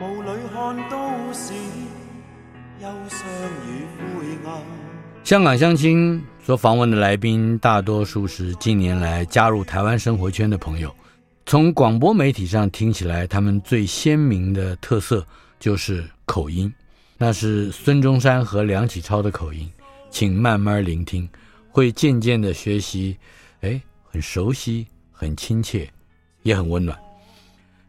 雾里看都市，忧伤与灰暗。香港相亲所访问的来宾，大多数是近年来加入台湾生活圈的朋友。从广播媒体上听起来，他们最鲜明的特色就是口音，那是孙中山和梁启超的口音。请慢慢聆听，会渐渐的学习，哎，很熟悉，很亲切，也很温暖。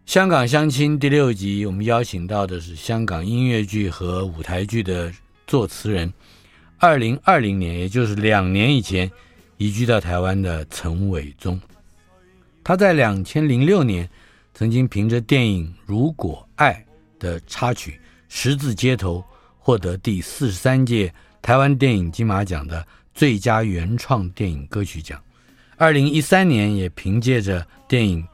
香港相亲第六集，我们邀请到的是香港音乐剧和舞台剧的作词人，二零二零年，也就是两年以前移居到台湾的陈伟忠。他在两千零六年曾经凭着电影《如果爱》的插曲《十字街头》获得第四十三届台湾电影金马奖的最佳原创电影歌曲奖。二零一三年也凭借着电影《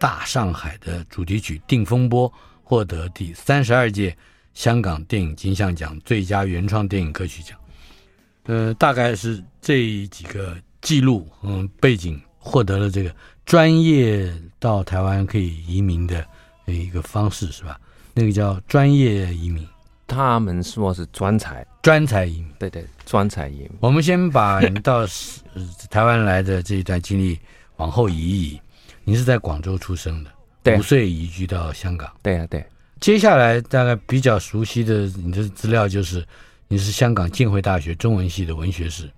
大上海》的主题曲《定风波》获得第三十二届香港电影金像奖最佳原创电影歌曲奖。呃，大概是这几个记录，嗯，背景获得了这个专业到台湾可以移民的呃一个方式，是吧？那个叫专业移民、他们说是专才，专才移民。对对，专才移民。我们先把你到呃台湾来的这一段经历往后移一移。你是在广州出生的，对五岁移居到香港。对啊，对，接下来大概比较熟悉的你的资料就是，你是香港浸会大学中文系的文学士，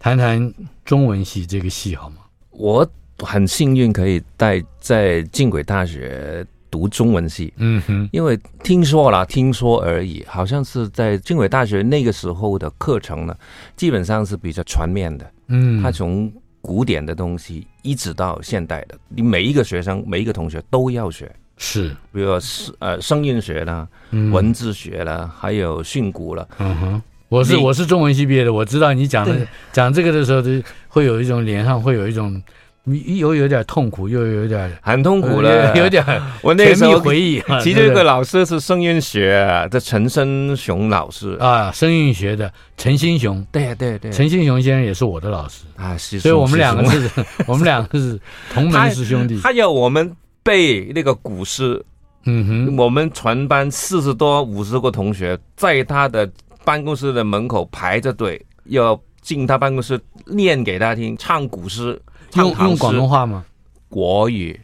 谈谈中文系这个系好吗？我很幸运可以在在进轨大学读中文系，嗯哼，因为听说啦，听说而已，好像是在进轨大学那个时候的课程呢，基本上是比较全面的，嗯，它从古典的东西一直到现代的，你每一个学生、每一个同学都要学。是比如 说是呃声韵学啦、嗯文字学啦，还有训诂啦，嗯哼，我是你我是中文系毕业的，我知道你讲的讲这个的时候，就会有一种脸上会有一种又有点痛苦，又有点很痛苦了， 呃有点我那个甜时蜜候回忆。啊其哎对中不一对个老师是声韵学的陈生雄老师，啊，声韵学的陈新雄，对对对，陈新雄先生也是我的老师，啊，是所以我们两个是是， 我们两个是同门师兄弟。他要我们背那个古诗，嗯哼，我们全班四十多五十个同学在他的办公室的门口排着队，要进他办公室念给他听，唱古诗，唱用唐用诗广东话吗？国语，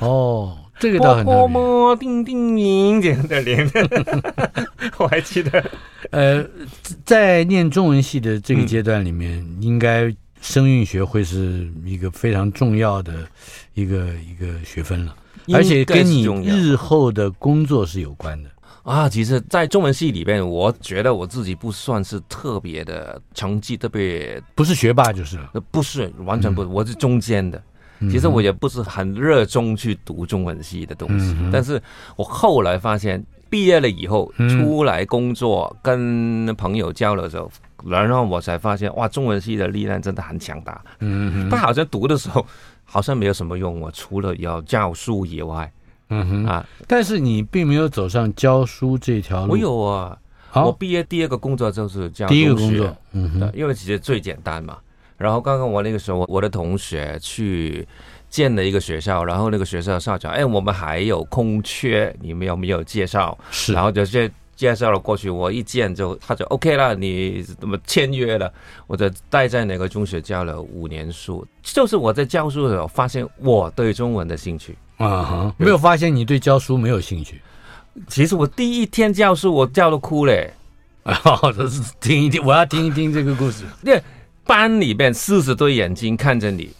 哦，这个倒很特波别。波叮叮铃这样的连， 我还记得，呃，在念中文系的这嗯个阶段里面，应该声韵学会是一个非常重要的一个一个学分了，而且跟你应该是重要日后的工作是有关的。啊，其实，在中文系里边，我觉得我自己不算是特别的成绩特别，不是学霸就是了。呃不是完全不，嗯我是中间的。其实我也不是很热衷去读中文系的东嗯西，但是我后来发现，毕业了以后出来工作，跟朋友交流的时候，然后我才发现，哇，中文系的力量真的很强大。嗯但好像读的时候，好像没有什么用，我除了要教书以外嗯哼，啊，但是你并没有走上教书这条路。我有啊，我好，毕业第二个工作就是教第一个中工学作，嗯对哼，，因为其实最简单嘛。然后刚刚我那个时候，我的同学去建了一个学校，然后那个学校的校长，哎，我们还有空缺，你们有没有介绍？是然后就介介绍了过去，我一见就他就 OK 了，你怎么签约了？我就待在哪个中学教了五年书，就是我在教书的时候发现我对中文的兴趣。 啊哈，没有发现你对教书没有兴趣。其实我第一天教书，我教都哭嘞。哦，这是听一听，我要听一听这个故事。那班里边四十对眼睛看着你，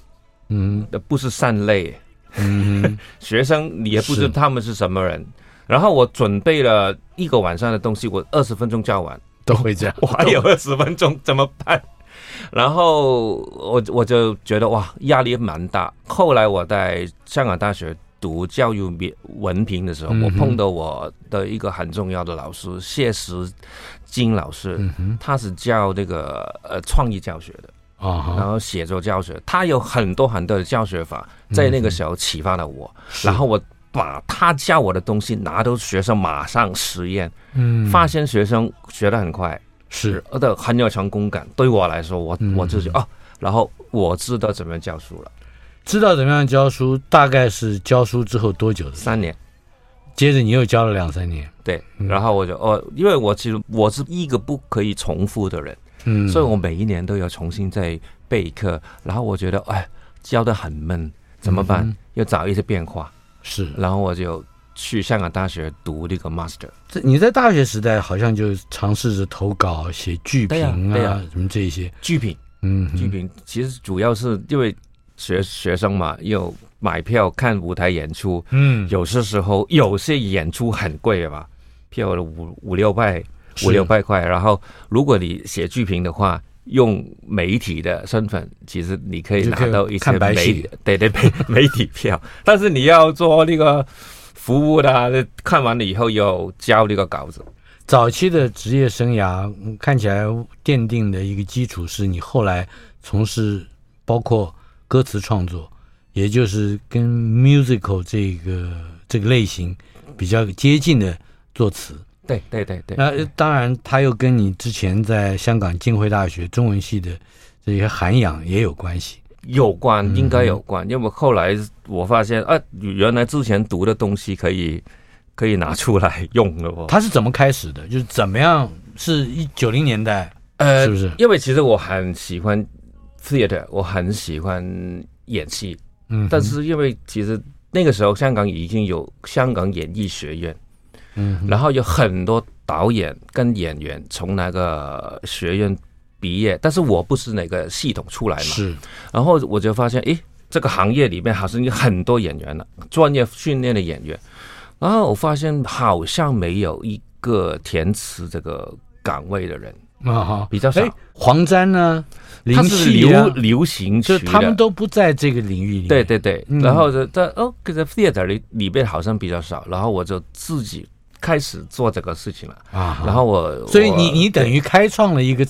嗯那不是善类。嗯，学生你也不知是道他们是什么人。然后我准备了一个晚上的东西，我二十分钟教 完，都会这样。我还哎有二十分钟怎么办？然后我我就觉得哇，压力蛮大。后来我在香港大学读教育文文凭的时候，嗯哼我碰到我的一个很重要的老师谢石金老师，嗯哼，他是教这个呃创意教学的，啊然哈，后写作教学，他有很多很多的教学法，在那个时候启发了我。是然后我把他教我的东西拿到学生马上实验，嗯发现学生学得很快，是呃的很有成功感。对我来说，我嗯我自己哦，然后我知道怎么样教书了。知道怎么样教书，大概是教书之后多久的？三年接着你又教了两三年，对，然后我就哦，因为我其实我是一个不可以重复的人，嗯，所以我每一年都要重新再备课。然后我觉得哎，教得很闷，怎么办嗯？要找一些变化。是然后我就去香港大学读这个 master。这你在大学时代好像就尝试着投稿、写剧对呀评对啊呀什么这一些，剧评，嗯哼，剧评其实主要是因为学学生嘛，有买票看舞台演出，嗯，有些时候有些演出很贵嘛，票五五六百是五六百块，然后如果你写剧评的话。用媒体的身份，其实你可以你就可拿以到一些看白媒戏 对对媒媒体票，但是你要做那个服务的啊，看完了以后要交那个稿子。早期的职业生涯嗯看起来奠定的一个基础是你后来从事包括歌词创作，也就是跟 musical 这个这个类型比较接近的作词。对对对对，那呃当然，它又跟你之前在香港浸会大学中文系的这些涵养也有关系。有关，嗯应该有关，因为后来我发现啊，原来之前读的东西可以可以拿出来用的哦。它是怎么开始的？就是怎么样？是一九零年代，呃是不是？因为其实我很喜欢 theater，我很喜欢演戏，嗯哼，但是因为其实那个时候香港已经有香港演艺学院，嗯哼，然后有很多导演跟演员从那个学院毕业，但是我不是哪个系统出来嘛，是然后我就发现，诶，这个行业里面好像有很多演员了，专业训练的演员。然后我发现好像没有一个填词这个岗位的人，啊哈，比较少哎黄沾呢，林他是夕流啊，流行就曲是他们的。都不在这个领域里。对，对对，嗯然后就在哦，可是 theater 里里边好像比较少，然后我就自己开始做这个事情了。啊哈，然后我，所以你我你等于开创了一个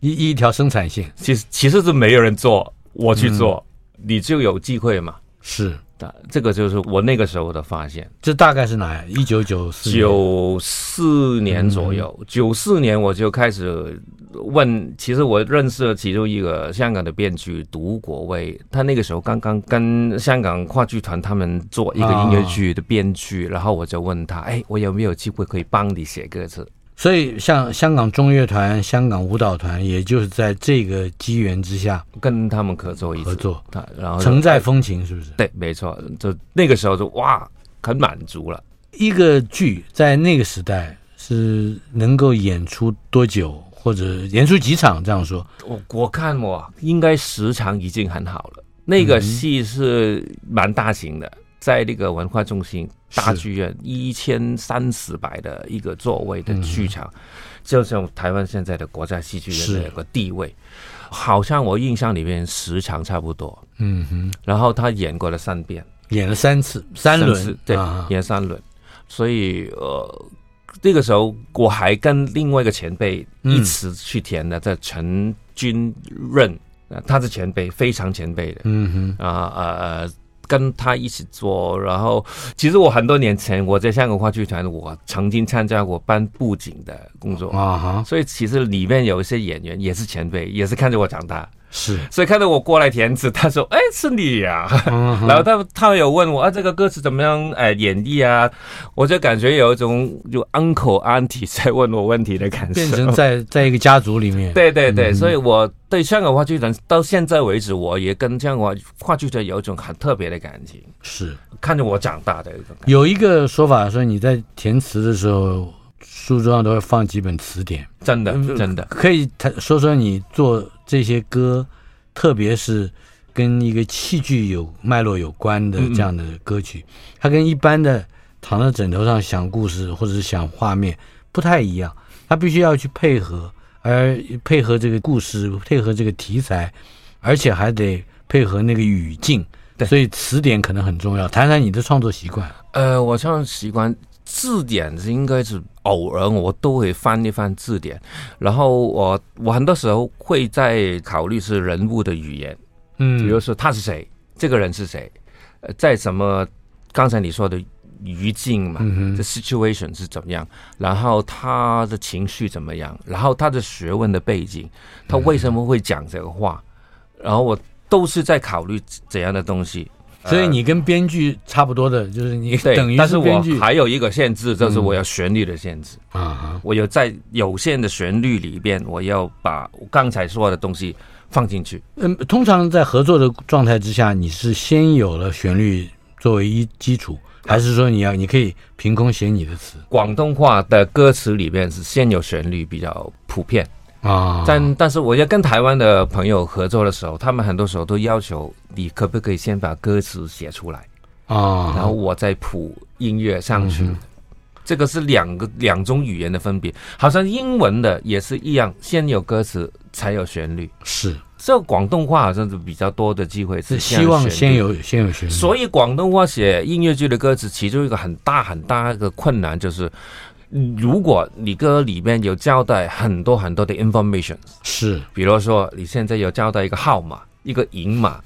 一一条生产线，其实其实是没有人做，我去嗯做，你就有机会嘛。是啊这个就是我那个时候的发现。这大概是哪？一九九四九四年左右，嗯九四、年我就开始问，其实我认识了其中一个香港的编剧杜国威，他那个时候刚刚跟香港话剧团他们做一个啊音乐剧的编剧，然后我就问他，哎，我有没有机会可以帮你写歌词？所以，像香港中乐团、香港舞蹈团，也就是在这个机缘之下跟他们合作一次，合作，他然后就承载风情，是不是？对，没错，就那个时候就哇，很满足了。一个剧在那个时代是能够演出多久，或者演出几场？这样说，我我看我应该时长已经很好了。那个戏是蛮大型的，在那个文化中心大剧院一千三四百的一个座位的剧场，就像台湾现在的国家戏剧院是的一个地位，好像我印象里面时长差不多。嗯哼，然后他演过了三遍，演了三次，三次轮，对，啊，演三轮，所以呃。那个时候我还跟另外一个前辈一起去填的，叫陈君润，呃他是前辈，非常前辈的嗯哼，啊呃呃，跟他一起做。然后其实我很多年前我在香港话剧团，我曾经参加过搬布景的工作，啊哈，所以其实里面有一些演员也是前辈，也是看着我长大，是，所以看到我过来填词，他说：“哎，是你呀、嗯哼然后他他有问我啊，这个歌词怎么样？哎、演绎啊，我就感觉有一种就 uncle auntie 在问我问题的感变成嗯受。在在一个家族里面，对对对，所以我对香港话剧团到现在为止，我也跟香港话剧团有一种很特别的感情，是看着我长大的一种感觉。有一个说法说你在填词的时候，书桌上都会放几本词典，真的嗯真的，可以谈说说你做这些歌，特别是跟一个戏剧有脉络有关的嗯嗯这样的歌曲，它跟一般的躺在枕头上想故事或者是想画面不太一样，它必须要去配合，而配合这个故事，配合这个题材，而且还得配合那个语境。对所以词典可能很重要。谈谈你的创作习惯，呃，我唱习惯字典是应该是偶尔我都会翻一翻字典，然后我我很多时候会在考虑是人物的语言，嗯比如说他是谁，这个人是谁，呃，在什么刚才你说的语境嘛，嗯这哼， situation 是怎么样，然后他的情绪怎么样，然后他的学问的背景，他为什么会讲这个话，然后我都是在考虑怎样的东西。所以呃你跟编剧差不多的，就是你对，等于但是我编剧还有一个限制，就是嗯我有旋律的限制，啊哈，我有在有限的旋律里边，我要把我刚才说的东西放进去。嗯，通常在合作的状态之下，你是先有了旋律作为一基础，啊还是说你要你可以凭空写你的词广东话的歌词里边是先有旋律比较普遍，啊？但但是我要跟台湾的朋友合作的时候，他们很多时候都要求你可不可以先把歌词写出来，啊，嗯然后我再谱音乐上去。这个是两个两种语言的分别，好像英文的也是一样，先有歌词才有旋律。是这广东话好像是比较多的机会是是希望先有旋律。有先有旋律，所以广东话写音乐剧的歌词，其中一个很大很大的困难就是，如果你歌里面有交代很多很多的 information，是比如说你现在有交代一个号码、一个银 码，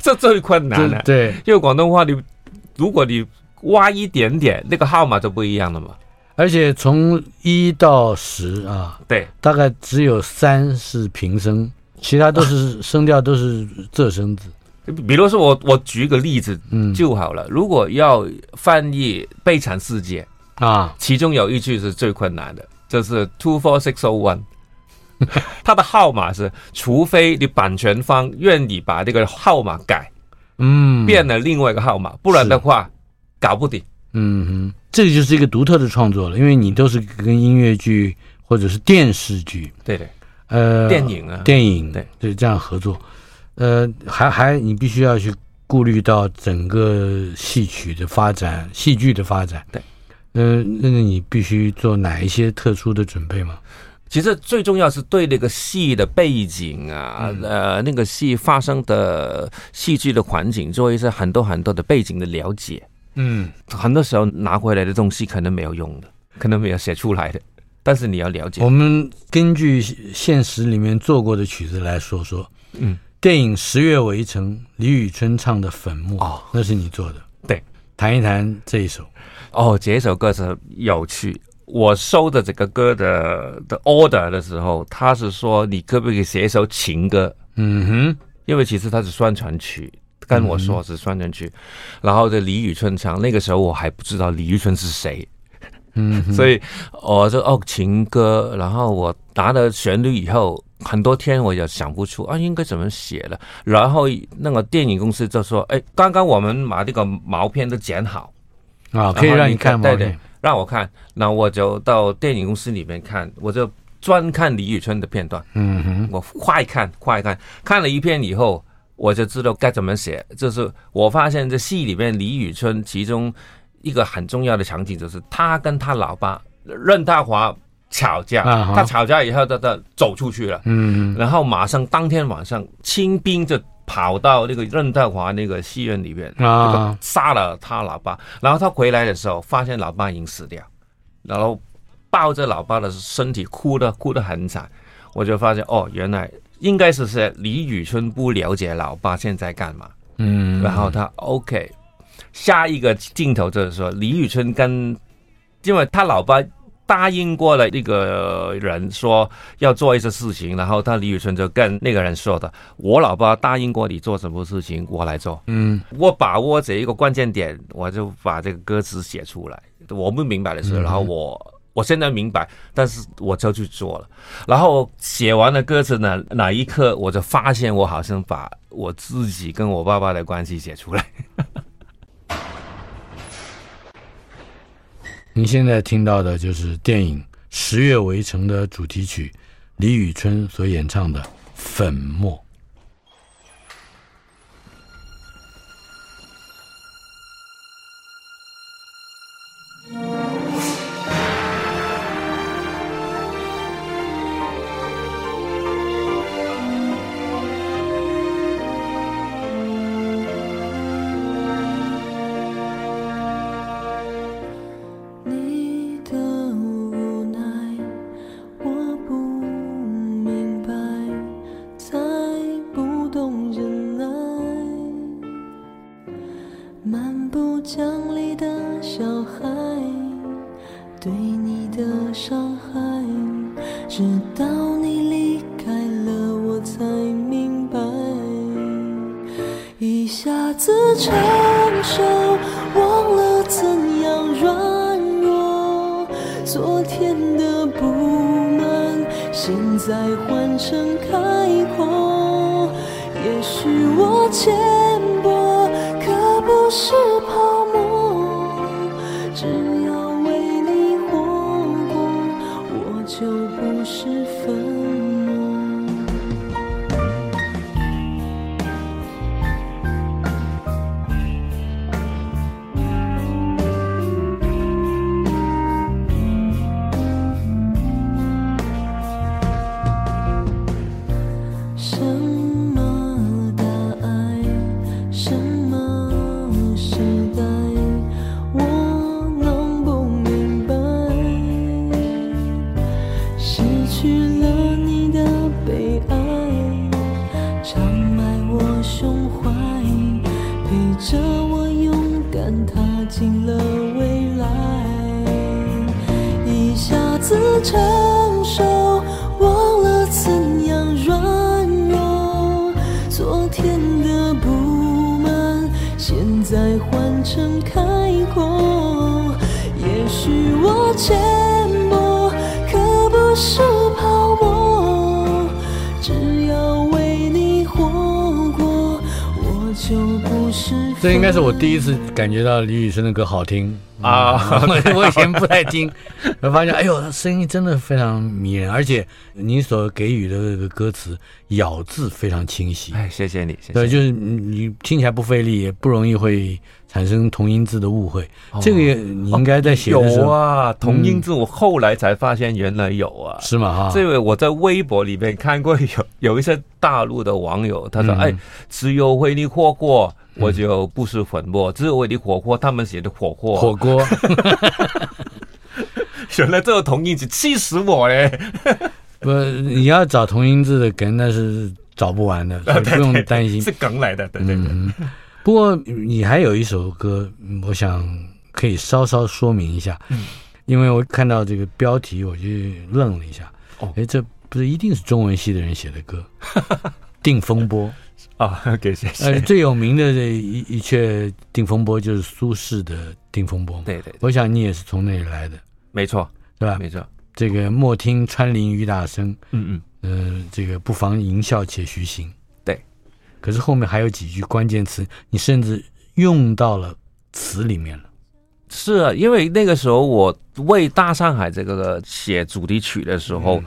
这最困难了、对对，因为广东话你如果你挖一点点，那个号码就不一样了嘛。而且从一到十啊，对，大概只有三是平声，其他都是声调都是仄声字。比如说我我举个例子嗯，就好了，如果要翻译《悲惨世界》。啊，其中有一句是最困难的，就是 two four six o one，它的号码是，除非你版权方愿意把这个号码改，嗯，变了另外一个号码，不然的话搞不定。嗯哼，这个就是一个独特的创作了，因为你都是跟音乐剧或者是电视剧，对对，呃，电影啊，电影对对这样合作，呃，还还你必须要去顾虑到整个戏曲的发展，戏剧的发展，对，呃，那个你必须做哪一些特殊的准备吗？其实最重要是对那个戏的背景啊，呃，那个戏发生的戏剧的环境做一些很多很多的背景的了解。嗯，很多时候拿回来的东西可能没有用的，可能没有写出来的，但是你要了解我。们根据现实里面做过的曲子来说说，嗯，电影《十月围城》，李宇春唱的《粉末》，哦那是你做的，对，谈一谈这一首。哦，这首歌是有趣。我收的这个歌的的 order 的时候，他是说你可不可以写一首情歌？嗯因为其实它是宣传曲，跟我说是宣传曲。嗯然后这李宇春唱，那个时候我还不知道李宇春是谁，哼，嗯哼，所以我就哦情歌。然后我拿了旋律以后，很多天我也想不出啊应该怎么写了。然后那个电影公司就说：“哎，刚刚我们把这个毛片都剪好。”啊，可以让你看吗？对对，让我看，那我就到电影公司里面看，我就专看李宇春的片段，嗯哼，我快看快看，看了一遍以后，我就知道该怎么写。就是我发现这戏里面李宇春其中一个很重要的场景，就是她跟她老爸任大华吵架，啊哈她吵架以后，她她走出去了。嗯哼，然后马上当天晚上，清兵就跑到那个任大华那个戏院里面，啊这个杀了他老爸。然后他回来的时候，发现老爸已经死掉，然后抱着老爸的身体哭的哭得很惨。我就发现哦，原来应该是是李宇春不了解老爸现在干嘛，嗯，然后他 OK，下一个镜头就是说李宇春跟，因为他老爸答应过了那个人说要做一些事情，然后他李宇春就跟那个人说的：“我老婆答应过你做什么事情，我来做。嗯我把握这一个关键点，我就把这个歌词写出来。我不明白的时嗯候，然后我我现在明白，但是我就去做了。然后写完了歌词呢，哪一刻我就发现我好像把我自己跟我爸爸的关系写出来。您现在听到的就是电影《十月围城》的主题曲，李宇春所演唱的《粉末》。你的无奈，我不明白，才不懂忍耐。蛮不讲理的小孩，对你的伤害，直到你离开了，我才明白。一下子成熟，忘了怎样软弱。昨天的不满，现在换成开阔。也许我浅薄，可不是泡沫。只要为你活过，我就不是粉末。什么大爱，什么时代，我弄不明白。失去了你的悲哀，长埋我胸怀，陪着我勇敢踏进了未来。一下子成熟，忘了怎样软弱。昨天的不满，现在换成开阔。也许我浅薄，可不是泡沫。只要为你活过，我就不是。这应该是我第一次感觉到李宇春的歌好听啊！ 我我以前不太听，我发现哎呦，她声音真的非常迷人，而且你所给予的这个歌词咬字非常清晰。哎，谢谢你，谢对，谢。就是你你听起来不费力，也不容易会产生同音字的误会。这个也你应该在写的时有候、啊，同音字我后来才发现原来有啊。嗯是吗？哈，这位我在微博里面看过有有一些大陆的网友，他说：“嗯哎，只有为你火锅，我就不是粉末；只有为你火锅，他们写的火锅，火锅。原来这个同音字，气死我嘞！。不，你要找同音字的梗，那是找不完的，所以不用担心啊 是梗来的，对对对。嗯，不过你还有一首歌，嗯我想可以稍稍说明一下，嗯因为我看到这个标题，我就愣了一下。哦哎，这不是一定是中文系的人写的 歌，《定风波》。啊，给谢谢。呃，最有名的这一一阙定风波就是苏轼的定风波嘛。对对，对我想你也是从那里来的，没错，对吧？没错。这个莫听穿林雨打声，嗯嗯，呃，这个不妨吟啸且徐行。对，可是后面还有几句关键词，你甚至用到了词里面了。是啊，因为那个时候我为《大上海》这个写主题曲的时嗯候。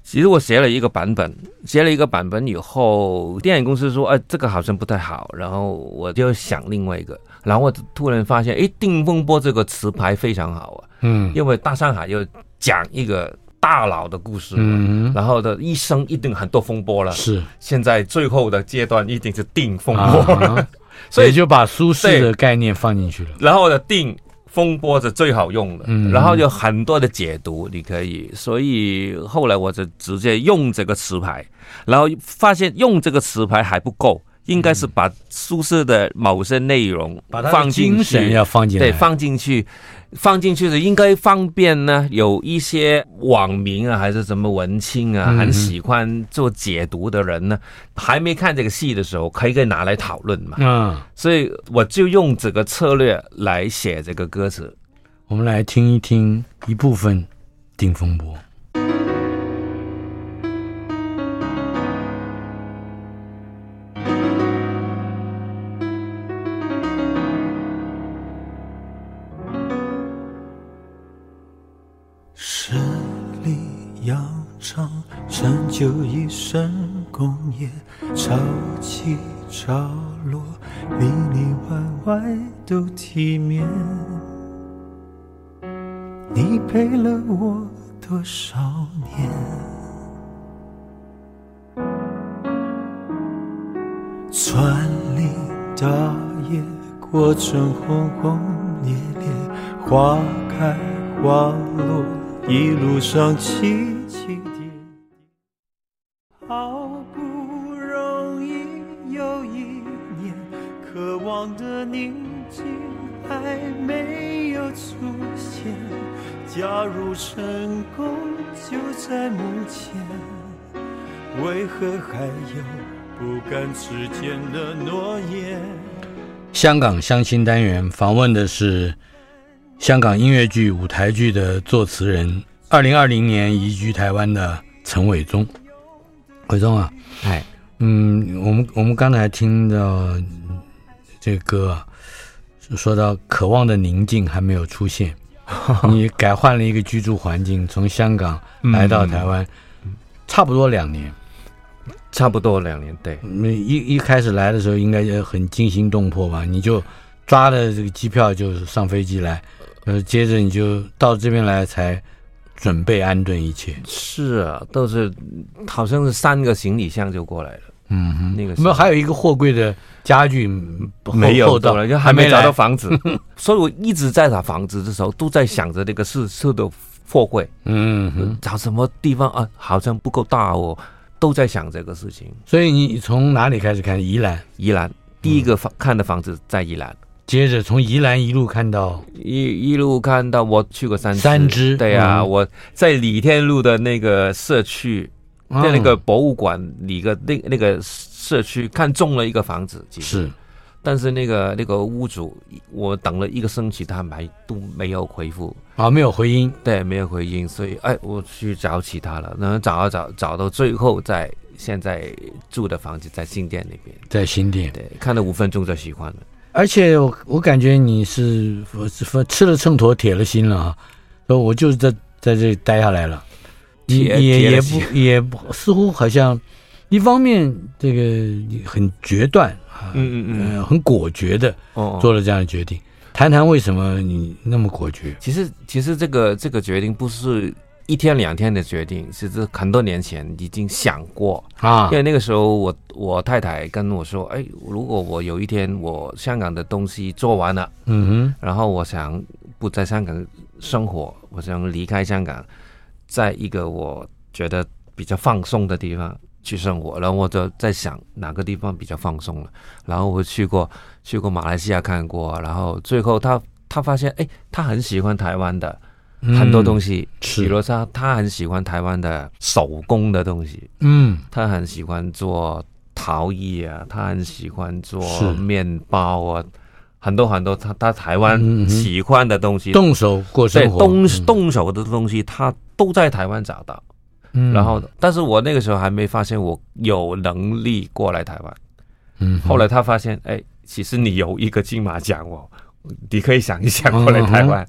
其实我写了一个版本，写了一个版本以后，电影公司说，哎，这个好像不太好，然后我就想另外一个，然后我突然发现，哎，定风波这个词牌非常好啊，嗯因为大上海又讲一个大佬的故事嘛，嗯，然后的一生一定很多风波了，是现在最后的阶段一定是定风波，啊， 所以也就把苏轼的概念放进去了。然后呢，定风波是最好用的，嗯然后有很多的解读，你可以，所以后来我就直接用这个词牌，然后发现用这个词牌还不够，应该是把宿舍的某些内容把他放的进嗯精神去，要放进来，对，放进去，放进去的应该方便呢。有一些网民啊，还是什么文青啊，嗯很喜欢做解读的人呢，还没看这个戏的时候，可以可以拿来讨论嘛。嗯，所以我就用这个策略来写这个歌词。我们来听一听一部分定风波。十里洋场，长久一身功业，潮起潮落，里里外外都体面。你陪了我多少年？穿林打叶，过程轰轰烈烈，花开花落，一路上起起跌跌。好不容易又一年，渴望的宁静还没有出现。假如成功就在目前。为何还有不敢之间的诺言？香港相亲单元访问的是香港音乐剧、舞台剧的作词人，二零二零年移居台湾的陈伟忠。伟忠啊，哎，嗯，我们我们刚才听到嗯这个歌啊，说到渴望的宁静还没有出现，你改换了一个居住环境，从香港来到台湾，差不多两年。差不多两年，对，嗯一一开始来的时候应该也很惊心动魄吧？你就抓了这个机票就上飞机来，呃，接着你就到这边来才准备安顿一切。是啊，都是好像是三个行李箱就过来了。嗯哼，那个没有，是还有一个货柜的家具嗯没厚有厚道了，就还没找来到房子， 所以我一直在找房子的时候，都在想着那个是是的货柜，嗯哼，找什么地方啊，好像不够大哦，都在想这个事情。所以你从哪里开始看？宜兰，宜兰第一个房、看的房子在宜兰，接着从宜兰一路看到一一路看到我去过三支三支对呀、嗯我在李天路的那个社区，啊在那个博物馆里个那那个社区看中了一个房子，其实是但是那个那个屋主，我等了一个星期，他还都没有回复，啊，没有回音。对，没有回应，所以哎，我去找其他了，然后找啊找，找到最后在现在住的房子在新店那边，在新店，对，看了五分钟就喜欢了。而且我我感觉你是我是吃了秤砣铁了心了啊，所以我就在在这里待下来了，也铁也铁了也心不也不似乎好像，一方面这个很决断啊，嗯嗯嗯呃很果决的哦做了这样的决定。谈谈为什么你那么果决？其实其实这个这个决定不是一天两天的决定，其实很多年前已经想过，啊因，为那个时候我我太太跟我说，哎，如果我有一天我香港的东西做完了。嗯然后我想不在香港生活，我想离开香港，在一个我觉得比较放松的地方去生活。然后我就在想哪个地方比较放松了。然后我去过去过马来西亚看过，然后最后他他发现，哎，他很喜欢台湾的哼，很多东西，西，嗯是比如说他很喜欢台湾的手工的东西，嗯他很喜欢做陶艺啊，他很喜欢做是面包啊，很多很多他他台嗯嗯湾嗯喜欢的东西，动手过对生活，动嗯动手的东西，他都在台湾找到。嗯然后，但是我那个时候还没发现我有能力过来台湾。嗯，后来他发现，哎，其实你有一个金马奖哦，你可以想一嗯想过来台湾。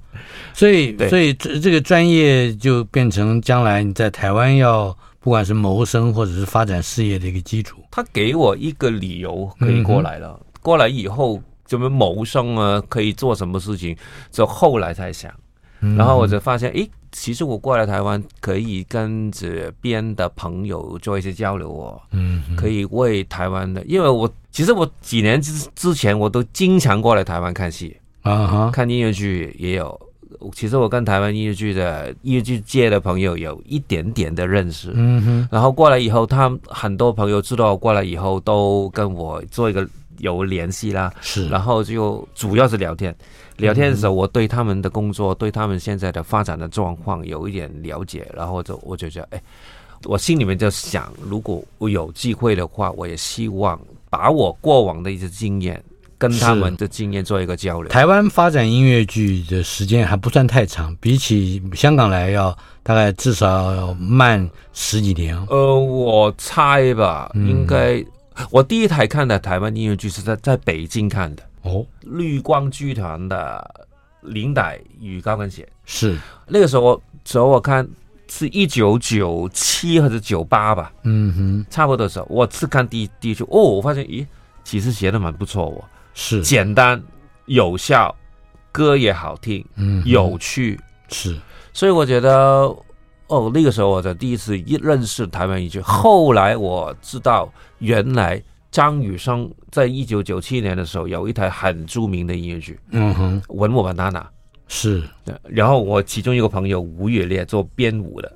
所以，对所以这这个专业就变成将来你在台湾要不管是谋生或者是发展事业的一个基础。他给我一个理由可以过来了。嗯过来以后怎么谋生啊？可以做什么事情？就后来才想，嗯然后我就发现，诶，其实我过来台湾可以跟这边的朋友做一些交流哦，嗯哼，可以为台湾的，因为我其实我几年之之前我都经常过来台湾看戏，啊哈，看音乐剧也有。其实我跟台湾音乐剧的音乐剧界的朋友有一点点的认识，嗯哼，然后过来以后，他们很多朋友知道我过来以后，都跟我做一个有联系啦。是，嗯然后就主要是聊天，聊天的时候，我对他们的工作、对他们现在的发展的状况有一点了解，然后就我就觉得，哎，我心里面就想，如果我有机会的话，我也希望把我过往的一些经验跟他们的经验做一个交流。台湾发展音乐剧的时间还不算太长，比起香港来要大概至少要慢十几年哦。呃，我猜吧，嗯应该我第一台看的台湾音乐剧是在在北京看的，哦，绿光剧团的《领带与高跟鞋》。是，那个时候，时候我看是一九九七或者九八吧，嗯哼，差不多的时候，我是看第一第一句，哦，我发现，咦，其实写的蛮不错哦，是，简单有效，歌也好听，嗯哼，有趣，是，所以我觉得，哦，那个时候我才第一次一认识台湾一句。后来我知道，原来张雨生在一九九七年的时候有一台很著名的音乐剧嗯哼， 《吻我吧，娜娜》。是，对然后我其中一个朋友吴月烈做编舞的，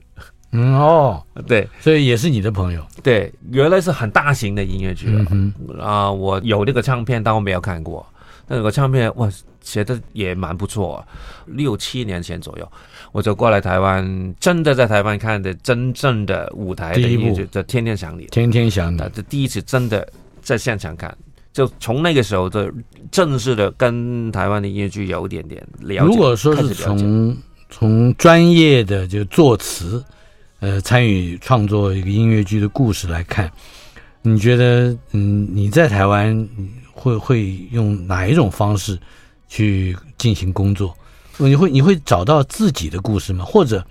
嗯哦，对所以也是你的朋友，对，原来是很大型的音乐剧嗯啊、哼，我有那个唱片，但我没有看过。那个唱片哇，写的也蛮不错、啊。六七年前左右，我就过来台湾，真的在台湾看的真正的舞台的第一音乐部嗯剧，叫《天天想你》。天天想你那，这第一次真的在现场看，就从那个时候的正式的跟台湾的音乐剧有一点点了解。如果说开始是了解从从专业的就作词，呃，参与创作一个音乐剧的故事来看，你觉得，嗯，你在台湾嗯会会用哪一种方式去进行工作？你会你会找到自己的故事吗？或者，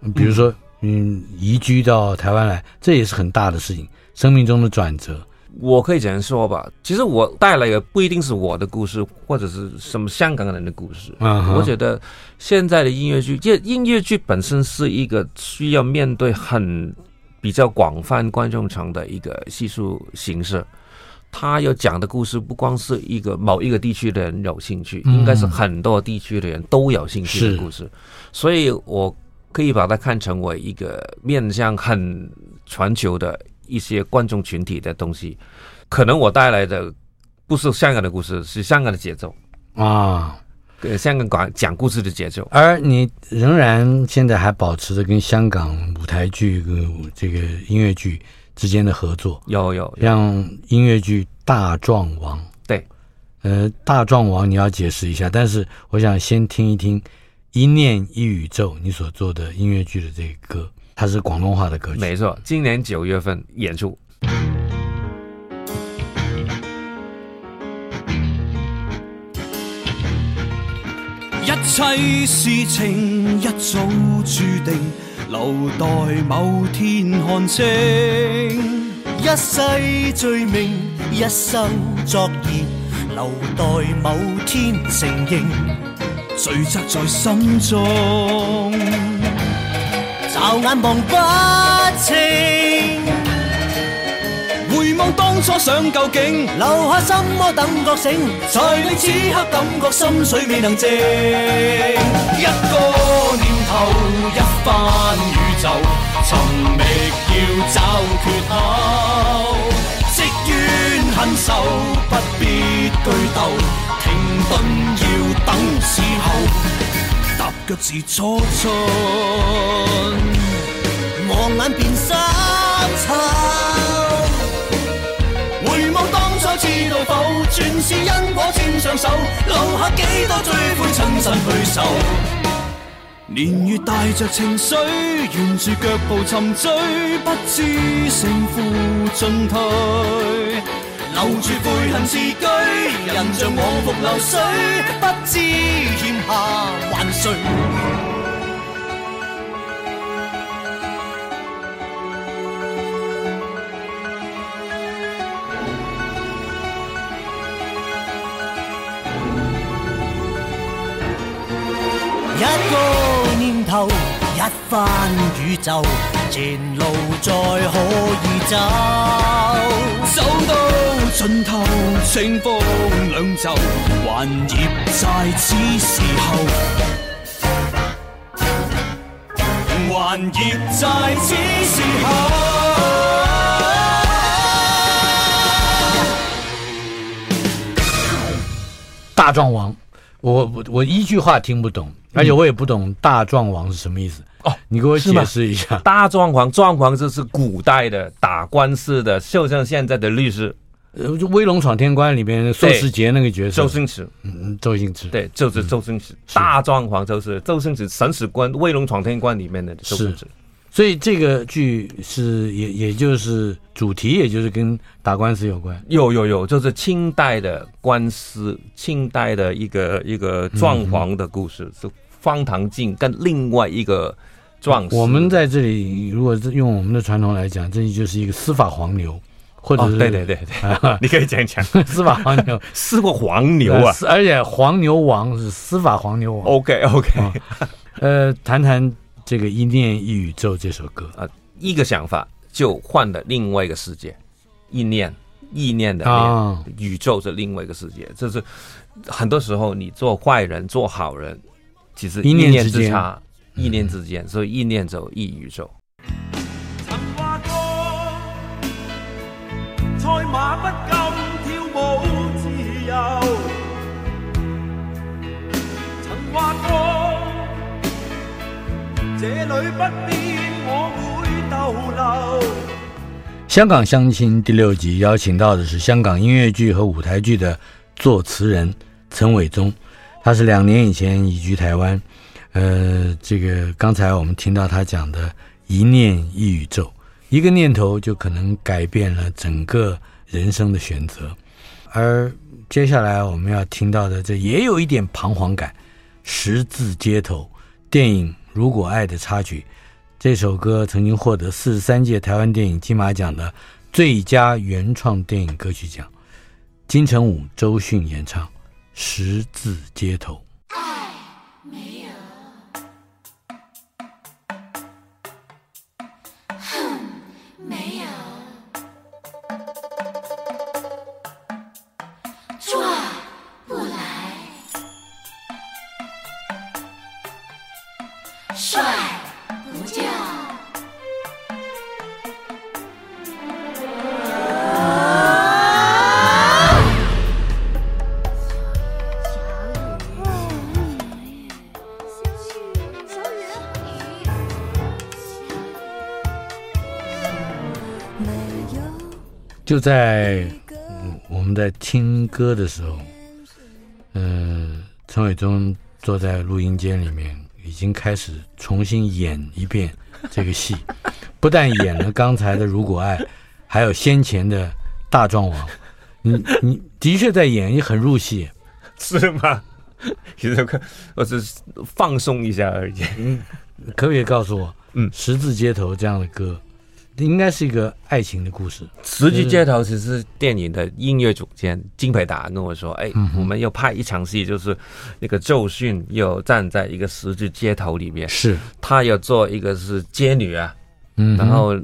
嗯比如说，嗯，移居到台湾来，这也是很大的事情，生命中的转折。我可以这样说吧，其实我带来也不一定是我的故事，或者是什么香港人的故事。嗯哼我觉得现在的音乐剧，这音乐剧本身是一个需要面对很比较广泛观众层的一个叙述形式。他要讲的故事不光是一个某一个地区的人有兴趣，嗯应该是很多地区的人都有兴趣是的故事。所以我可以把它看成为一个面向很全球的一些观众群体的东西。可能我带来的不是香港的故事，是香港的节奏，啊，呃，香港讲讲故事的节奏。而你仍然现在还保持着跟香港舞台剧跟这个音乐剧之间的合作，有有有让音乐剧《大壮王》对，呃，《大壮王》你要解释一下，但是我想先听一听《一念一宇宙》你所做的音乐剧的这个歌，它是广东话的歌曲，没错，今年九月份演出。一切事情一早注定，留待某天看清。一世罪名，一生作孽，留待某天承认。罪责在心中，骤眼望不清，回望当初想究竟，留下什么等覺醒？在你此刻感覺心水未能靜。一個念頭，一番宇宙，尋覓要找缺口，積怨恨仇不必巨鬥，停頓要等時候，踏腳自初進。望眼便三秋，回望當初知道否，全是因果沾上手，留下幾多追悔親身去受。年月帶着情緒，沿住腳步沉醉，不知勝負進退。留住悔恨字句，人像往復流水，不知欠下還誰。一個念頭，一番宇宙，前路再可以走。走到盡頭，清風兩袖，還業債只時候。还业债只是口。大壮王，我我我一句话听不懂，而且我也不懂大壮王是什么意思。哦你给我是吗解释一下。大状皇，状皇就是古代的打官司的，就像现在的律师呃就《威龙闯天关》里面宋世杰那个角色，周星驰，嗯周星驰，对，就是周星驰。大状皇就是周星驰《神使官威龙闯天关》里面的周星驰。所以这个剧是也也就是主题，也就是跟打官司有关。有有有，就是清代的官司，清代的一个一个嗯状皇的故事，是方唐镜跟另外一个状。我们在这里，如果是用我们的传统来讲，这就是一个司法黄牛，或者哦是、，对对对啊对， 你可以讲讲， 司法黄 牛是个黄牛啊。呃而且黄牛王是司法黄牛王。 OK OK，哦呃，谈谈这个《一念一宇宙》这首歌一个想法就换了另外一个世界，意念意念的念啊，宇宙是另外一个世界，这是很多时候你做坏人做好人，其实一一念念之之间嗯差，一念之间，所以意念走一宇宙。曾话过，赛马不禁跳舞自由。曾话过，这里不必我会逗留。香港相亲第六集邀请到的是香港音乐剧和舞台剧的作词人陈伟忠，他是两年以前移居台湾。呃，这个刚才我们听到他讲的“一念一宇宙”，一个念头就可能改变了整个人生的选择。而接下来我们要听到的，这也有一点彷徨感，《十字街头》电影《如果爱》的插曲，这首歌曾经获得四十三届台湾电影金马奖的最佳原创电影歌曲奖。金城武、周迅演唱《十字街头》。没有，转不来，甩不掉。小雨，小雨。就在嗯我们在听歌的时候，嗯、陈伟忠坐在录音间里面，已经开始重新演一遍这个戏，不但演了刚才的《如果爱》，还有先前的《大壮王》。你你的确在演，也很入戏。是吗？ 其实我只是放松一下而已。嗯可不可以告诉我，嗯十字街头》这样的歌，应该是一个爱情的故事。十字街头其实是电影的音乐总监金培达跟我说：“哎，嗯我们要拍一场戏，就是那个周迅要站在一个十字街头里面，是，她要做一个是街女啊。嗯然后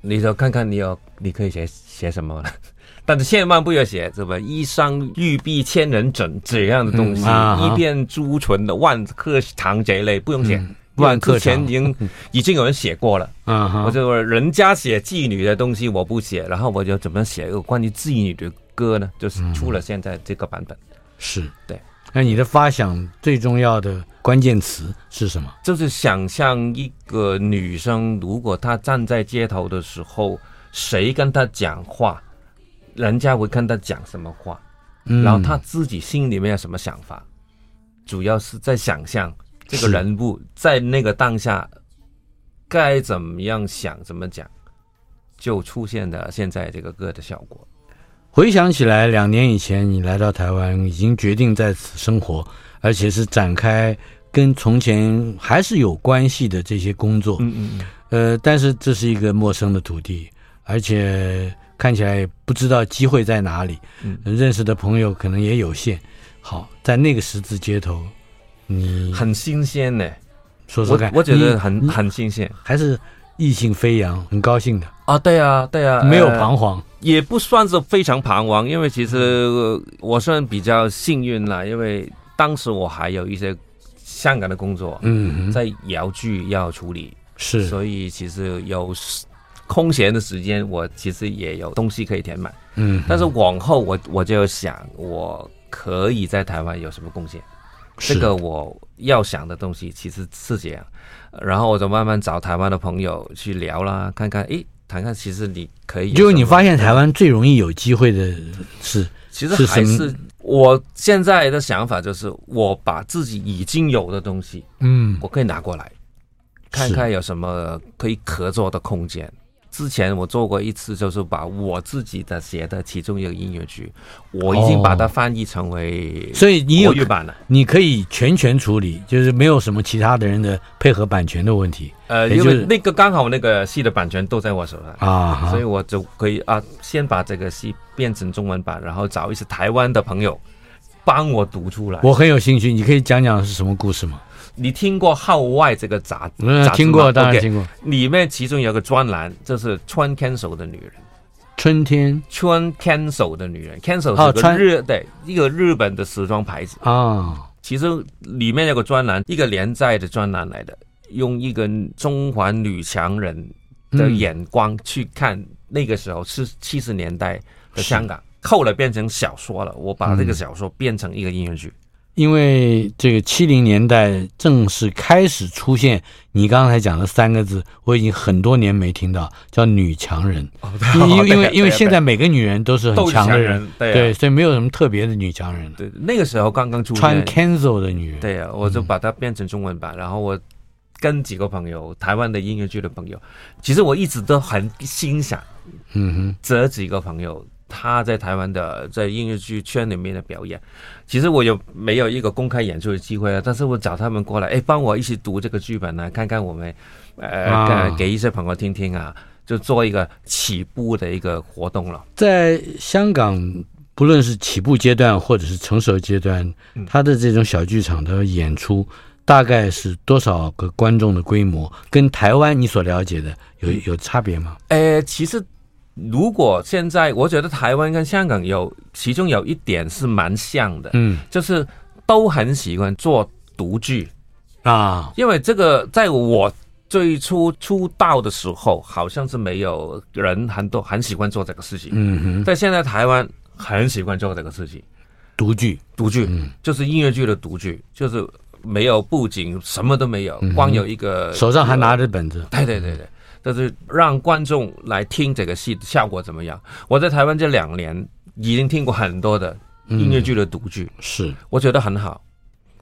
你说看看你有你可以写写什么了， 但是千万不要写什么“衣裳玉臂千人枕”这样的东西，嗯啊一片朱唇的万客堂这一类不用写。嗯万客之前堂已经 已经有人写过了。”嗯我哼，就说人家写妓女的东西我不写，然后我就怎么写一个关于妓女的歌呢？就是嗯出了现在这个版本，是对。那你的发想最重要的关键词是什么？就是想象一个女生，如果她站在街头的时候，谁跟她讲话，人家会跟她讲什么话，嗯然后她自己心里面有什么想法，主要是在想象这个是人物在那个当下该怎么样想、怎么讲，就出现了现在这个歌的效果。回想起来，两年以前你来到台湾，已经决定在此生活，而且是展开跟从前还是有关系的这些工作。嗯嗯嗯。呃，但是这是一个陌生的土地，而且看起来也不知道机会在哪里，嗯认识的朋友可能也有限。好，在那个十字街头，你很新鲜呢、说说我看，我觉你得很你很新鲜还是意兴飞扬，很高兴的，啊，对啊，对啊，没有呃彷徨。也不算是非常彷徨，因为其实呃我算比较幸运了，因为当时我还有一些香港的工作嗯哼，在摇剧要处理，是，所以其实有时空闲的时间，我其实也有东西可以填满。嗯，但是往后我我就想，我可以在台湾有什么贡献？是这个我要想的东西其实是这样，然后我就慢慢找台湾的朋友去聊啦，看看，诶，谈看其实你可以有什么，就是你发现台湾最容易有机会的是，其实还是是什我现在的想法就是，我把自己已经有的东西，嗯我可以拿过来，看看有什么可以合作的空间。之前我做过一次，就是把我自己的写的其中一个音乐剧，我已经把它翻译成为哦所以你有国语版了。你可以全权处理，就是没有什么其他的人的配合版权的问题呃，也因就为是那个刚好那个戏的版权都在我手上，啊哈，所以我就可以啊，先把这个戏变成中文版，然后找一些台湾的朋友帮我读出来。我很有兴趣，你可以讲讲是什么故事吗？你听过《号外》这个杂嗯杂志听吗过，当然 OK，听过。里面其中有个专栏，就是穿 cancel 的女人，春天穿 cancel 的女人，cancel 哦是个穿日、对一个日本的时装牌子。啊，其实里面有个专栏，一个连载的专栏来的，用一个中环女强人的嗯眼光去看那个时候是七十年代的香港，后来变成小说了。我把这嗯个小说变成一个音乐剧。因为这个七零年代正式开始出现你刚才讲的三个字，我已经很多年没听到，叫女强人。哦 因因为因为因为现在每个女人都是很都是强的强人人，对啊对，所以没有什么特别的女强人了。对那个时候刚刚出现穿 cancel 的女人，对呀、啊我嗯就把它变成中文版，然后我跟几个朋友，台湾的音乐剧的朋友，其实我一直都很欣赏嗯哼，这几个朋友他在台湾的在音乐剧圈里面的表演。其实我有没有一个公开演出的机会啊？但是我找他们过来，哎，帮我一起读这个剧本啊，看看我们呃、啊给一些朋友听听啊，就做一个起步的一个活动了。在香港，不论是起步阶段或者是成熟阶段，嗯他的这种小剧场的演出。大概是多少个观众的规模，跟台湾你所了解的有嗯有差别吗？呃，其实如果现在，我觉得台湾跟香港有其中有一点是蛮像的，嗯就是都很喜欢做独剧，啊，因为这个在我最初出道的时候，好像是没有人很多很喜欢做这个事情，嗯哼，在现在台湾很喜欢做这个事情，独剧，独剧、嗯就是音乐剧的独剧，就是没有布景，什么都没有，嗯光有一个手上还拿着本子，呃 对对对对，就是让观众来听这个戏效果怎么样。我在台湾这两年已经听过很多的嗯音乐剧的独剧，是我觉得很好，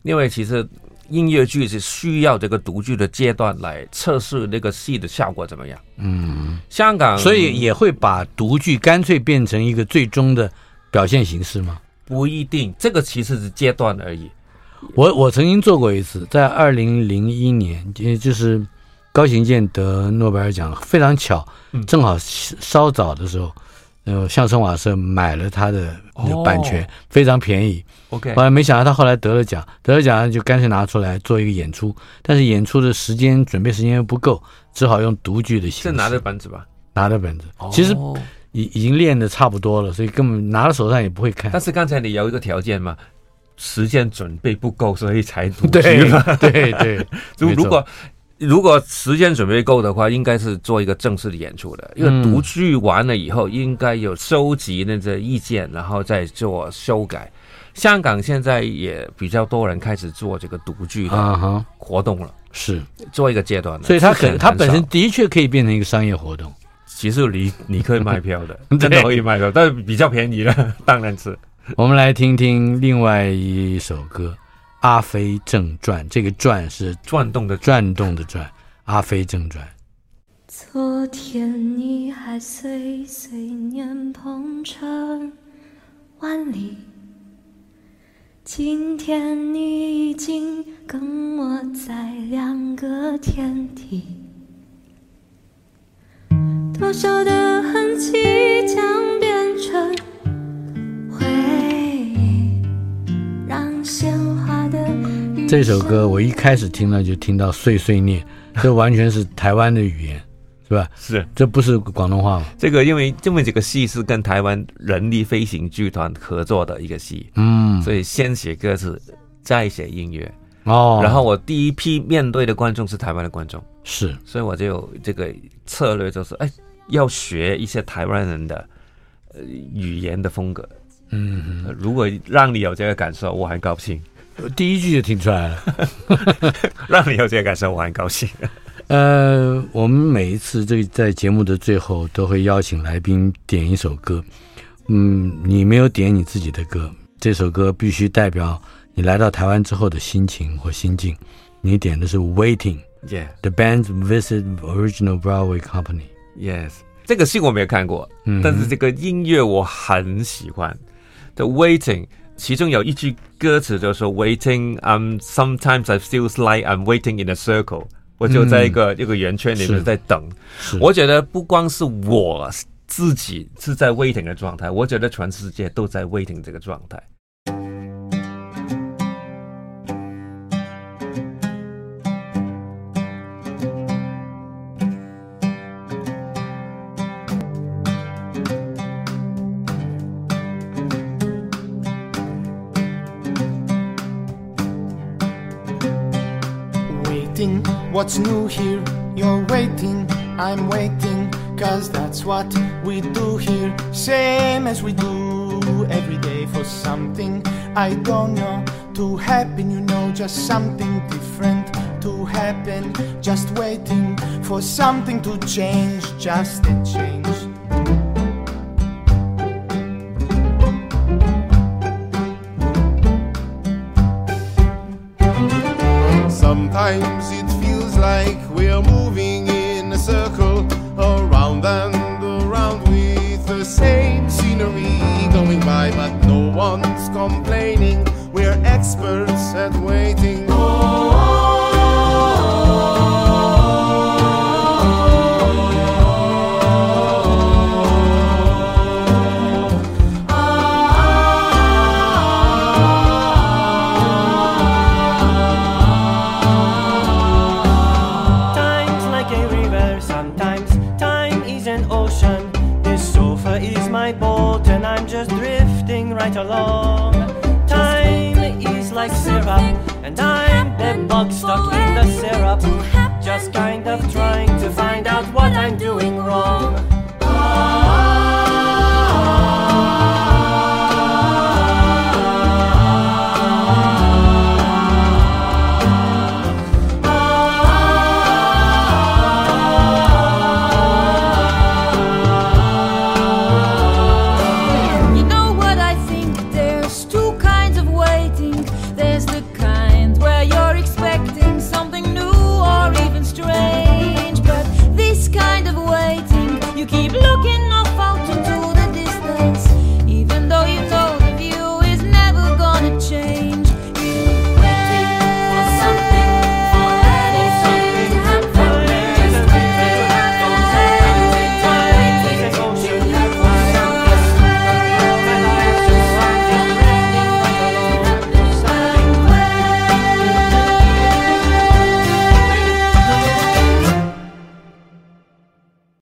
因为其实音乐剧是需要这个独剧的阶段来测试那个戏的效果怎么样。嗯，香港所以也会把独剧干脆变成一个最终的表现形式吗？不一定，这个其实是阶段而已。我我曾经做过一次，在二零零一年，也就是高行健得诺贝尔奖，非常巧，嗯正好稍早的时候，呃，相声瓦舍买了他的版权，哦非常便宜。 OK，后来没想到他后来得了奖，得了奖就干脆拿出来做一个演出，但是演出的时间准备时间又不够，只好用独剧的形式是拿着本子吧？拿着本子。其实哦已已经练的差不多了，所以根本拿到手上也不会看但。是刚才你有一个条件嘛，时间准备不够，所以才独剧 对嘛。对对， 如没错如果如果时间准备够的话，应该是做一个正式的演出的。因嗯为独剧完了以后，应该有收集那个意见，然后再做修改。香港现在也比较多人开始做这个独剧啊的哈活动了，是，做一个阶段的。所以它之前可它很少本身的确可以变成一个商业活动。其实你你可以卖票 的，真的可以卖票，但是比较便宜了，当然是。我们来听听另外一首歌《阿飞正传》，这个“传”是转动的转动的“转”，《阿飞正传》。昨天你还碎碎念鹏程万里，今天你已经跟我在两个天地。多少的痕迹将变成回忆，让鲜花的雨这首歌我一开始听了就听到碎碎念，这完全是台湾的语言，是吧？是这不是广东话吗？这个，因为因为这个戏是跟台湾人力飞行剧团合作的一个戏，嗯，所以先写歌词，再写音乐，哦，然后我第一批面对的观众是台湾的观众，是所以我就有这个策略，就是哎，要学一些台湾人的呃语言的风格。嗯，呃如果让你有这个感受，我很高兴； 第一句就听出来了。让你有这个感受，我很高兴。 呃，我们每一次这个在节目的最后都会邀请来宾点一首歌，嗯，你没有点你自己的歌，这首歌必须代表你来到台湾之后的心情或心境。你点的是《Waiting》 Yeah, ，The Band's Visit Original Broadway Company。 yes，这个戏我没有看过，嗯哼但是这个音乐我很喜欢。The waiting，其中有一句歌词就说 “Waiting, I'm sometimes I feels like I'm waiting in a circle”，我就在一个、一个圆圈里嗯是面在等。是我觉得不光是我自己是在 waiting 的状态，我觉得全世界都在 waiting 这个状态。 Waiting, what's new here? You're waiting, I'm waiting, cause that's what we do here. Same as we do every day for something I don't know to happen, you know, just something different to happen. Just waiting for something to change, just a change. Sometimes it feels like we're moving in a circle around and around with the same scenery going by, but no one's complaining. We're experts at waiting. Time's like a river sometimes. Time is an ocean. This sofa is my boat and I'm just drifting right along. Time is like syrup and I